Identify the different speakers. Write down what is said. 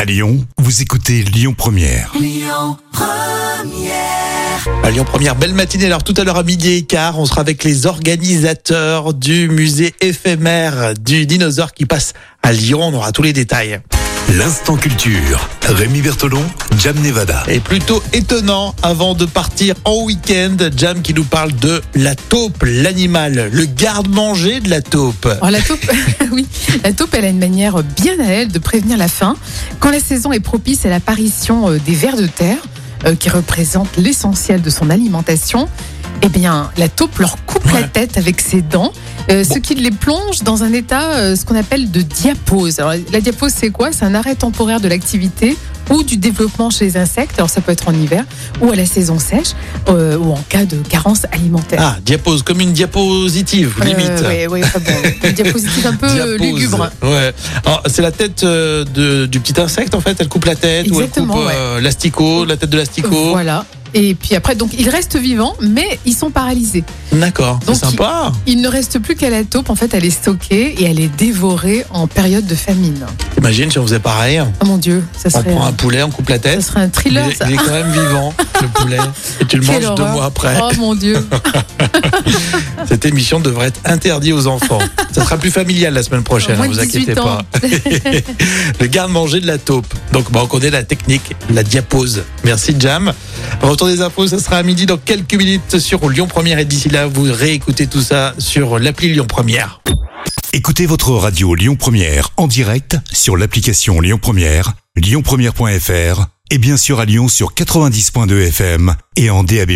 Speaker 1: À Lyon, vous écoutez Lyon Première.
Speaker 2: À Lyon Première, belle matinée. Alors tout à l'heure à midi et quart, on sera avec les organisateurs du musée éphémère du dinosaure qui passe à Lyon. On aura tous les détails.
Speaker 1: L'instant culture. Rémi Bertolon, Jam Nevada.
Speaker 2: Et plutôt étonnant, avant de partir en week-end, Jam qui nous parle de la taupe, l'animal, le garde-manger de la taupe.
Speaker 3: Alors, Oh, la taupe, oui, la taupe, elle a une manière bien à elle de prévenir la faim. Quand la saison est propice à l'apparition euh, des vers de terre, euh, qui représentent l'essentiel de son alimentation, eh bien, la taupe leur coupe la tête avec ses dents, euh, ce qui les plonge dans un état, euh, ce qu'on appelle de diapause. Alors, la diapause, c'est quoi C'est un arrêt temporaire de l'activité ou du développement chez les insectes. Alors, ça peut être en hiver ou à la saison sèche euh, ou en cas de carence alimentaire.
Speaker 2: Ah, diapose, comme une diapositive, Ah, limite.
Speaker 3: oui, oui, enfin bon, une diapositive Euh, un peu euh,
Speaker 2: Diapose.
Speaker 3: lugubre.
Speaker 2: Ouais. Alors, C'est la tête euh, de- du petit insecte en fait. Elle coupe la tête
Speaker 3: Exactement,
Speaker 2: ou elle coupe euh, l'asticot, la tête de l'asticot.
Speaker 3: Voilà. Et puis après, donc ils restent vivants, mais ils sont paralysés.
Speaker 2: D'accord. C'est
Speaker 3: Donc,
Speaker 2: sympa.
Speaker 3: Il ne reste plus qu'à la taupe. En fait, elle est stockée et elle est dévorée en période de famine.
Speaker 2: Imagine si on faisait pareil.
Speaker 3: Oh mon Dieu, ça
Speaker 2: On
Speaker 3: serait,
Speaker 2: prend un
Speaker 3: un,
Speaker 2: poulet, on coupe la
Speaker 3: ça
Speaker 2: tête.
Speaker 3: serait un
Speaker 2: Il
Speaker 3: thriller.
Speaker 2: est,
Speaker 3: Ça.
Speaker 2: il est quand même vivant, le poulet. Et tu le
Speaker 3: Quelle
Speaker 2: manges deux
Speaker 3: horreur.
Speaker 2: mois après.
Speaker 3: Oh mon Dieu.
Speaker 2: Cette émission devrait être interdite aux enfants. Ça sera plus familial la semaine prochaine,
Speaker 3: Moins
Speaker 2: ne
Speaker 3: de
Speaker 2: vous
Speaker 3: 18
Speaker 2: inquiétez
Speaker 3: ans.
Speaker 2: pas. le garde-manger de la taupe. Donc, bah, on connaît la technique, la diapose. Merci, Jam. Retour des infos, ça sera à midi dans quelques minutes sur Lyon Première. Et d'ici là, vous réécoutez tout ça sur l'appli Lyon Première.
Speaker 1: Écoutez votre radio Lyon Première en direct sur l'application Lyon Première, lyonpremière.fr et bien sûr à Lyon sur 90.2 FM et en DAB+.